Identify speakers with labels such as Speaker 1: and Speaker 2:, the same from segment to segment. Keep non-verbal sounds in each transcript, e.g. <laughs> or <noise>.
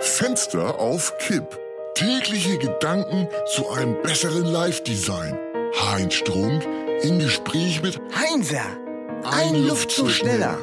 Speaker 1: Fenster auf Kipp. Tägliche Gedanken zu einem besseren Live-Design. Heinz Strunk im Gespräch mit
Speaker 2: Heinzer, ein,
Speaker 1: ne?
Speaker 2: Luftzug schneller.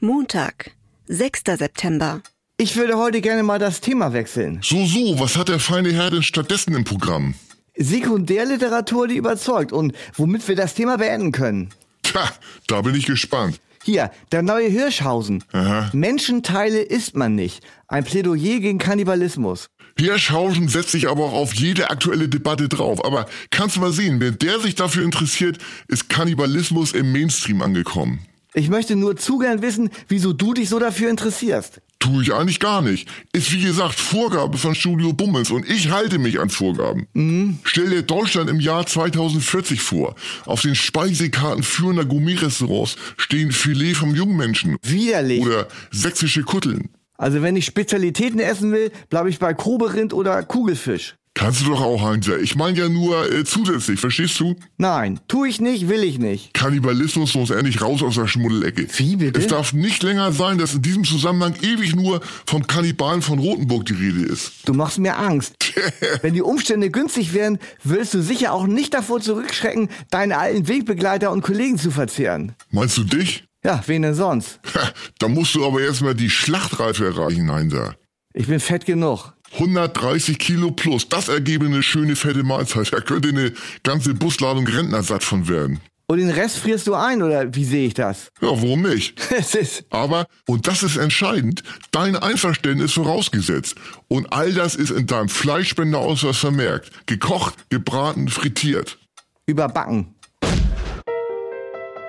Speaker 3: Montag, 6. September.
Speaker 2: Ich würde heute gerne mal das Thema wechseln.
Speaker 1: So, so, was hat der feine Herr denn stattdessen im Programm?
Speaker 2: Sekundärliteratur, die überzeugt und womit wir das Thema beenden können.
Speaker 1: Tja, da bin ich gespannt.
Speaker 2: Hier, der neue Hirschhausen.
Speaker 1: Aha.
Speaker 2: Menschenteile isst man nicht. Ein Plädoyer gegen Kannibalismus.
Speaker 1: Hirschhausen setzt sich aber auch auf jede aktuelle Debatte drauf. Aber kannst du mal sehen, wenn der sich dafür interessiert, ist Kannibalismus im Mainstream angekommen.
Speaker 2: Ich möchte nur zu gern wissen, wieso du dich so dafür interessierst.
Speaker 1: Tue ich eigentlich gar nicht. Ist wie gesagt Vorgabe von Studio Bummels und ich halte mich ans Vorgaben.
Speaker 2: Mhm.
Speaker 1: Stell dir Deutschland im Jahr 2040 vor. Auf den Speisekarten führender Gourmet-Restaurants stehen Filet vom Jungmenschen
Speaker 2: Widerlich.
Speaker 1: oder sächsische Kutteln.
Speaker 2: Also wenn ich Spezialitäten essen will, bleibe ich bei Koberind oder Kugelfisch.
Speaker 1: Kannst du doch auch, Heinzer. Ich meine ja nur äh, zusätzlich, verstehst du?
Speaker 2: Nein, tu ich nicht, will ich nicht.
Speaker 1: Kannibalismus muss endlich raus aus der Schmuddelecke.
Speaker 2: Wie bitte?
Speaker 1: Es darf nicht länger sein, dass in diesem Zusammenhang ewig nur vom Kannibalen von Rothenburg die Rede ist.
Speaker 2: Du machst mir Angst. Wenn die Umstände günstig wären, würdest du sicher auch nicht davor zurückschrecken, deinen alten Wegbegleiter und Kollegen zu verzehren.
Speaker 1: Meinst du dich?
Speaker 2: Ja, wen denn sonst?
Speaker 1: Ha, da musst du aber erstmal die Schlachtreife erreichen, Heinzer.
Speaker 2: Ich bin fett genug.
Speaker 1: 130 Kilo plus, das ergebe eine schöne fette Mahlzeit. Da könnte eine ganze Busladung Rentner satt von werden.
Speaker 2: Und den Rest frierst du ein, oder wie sehe ich das? <laughs>
Speaker 1: Ja, warum nicht?
Speaker 2: Es ist.
Speaker 1: Aber, und das ist entscheidend, dein Einverständnis vorausgesetzt. Und all das ist in deinem Fleischspendeausweis vermerkt. Gekocht, gebraten, frittiert.
Speaker 2: Überbacken.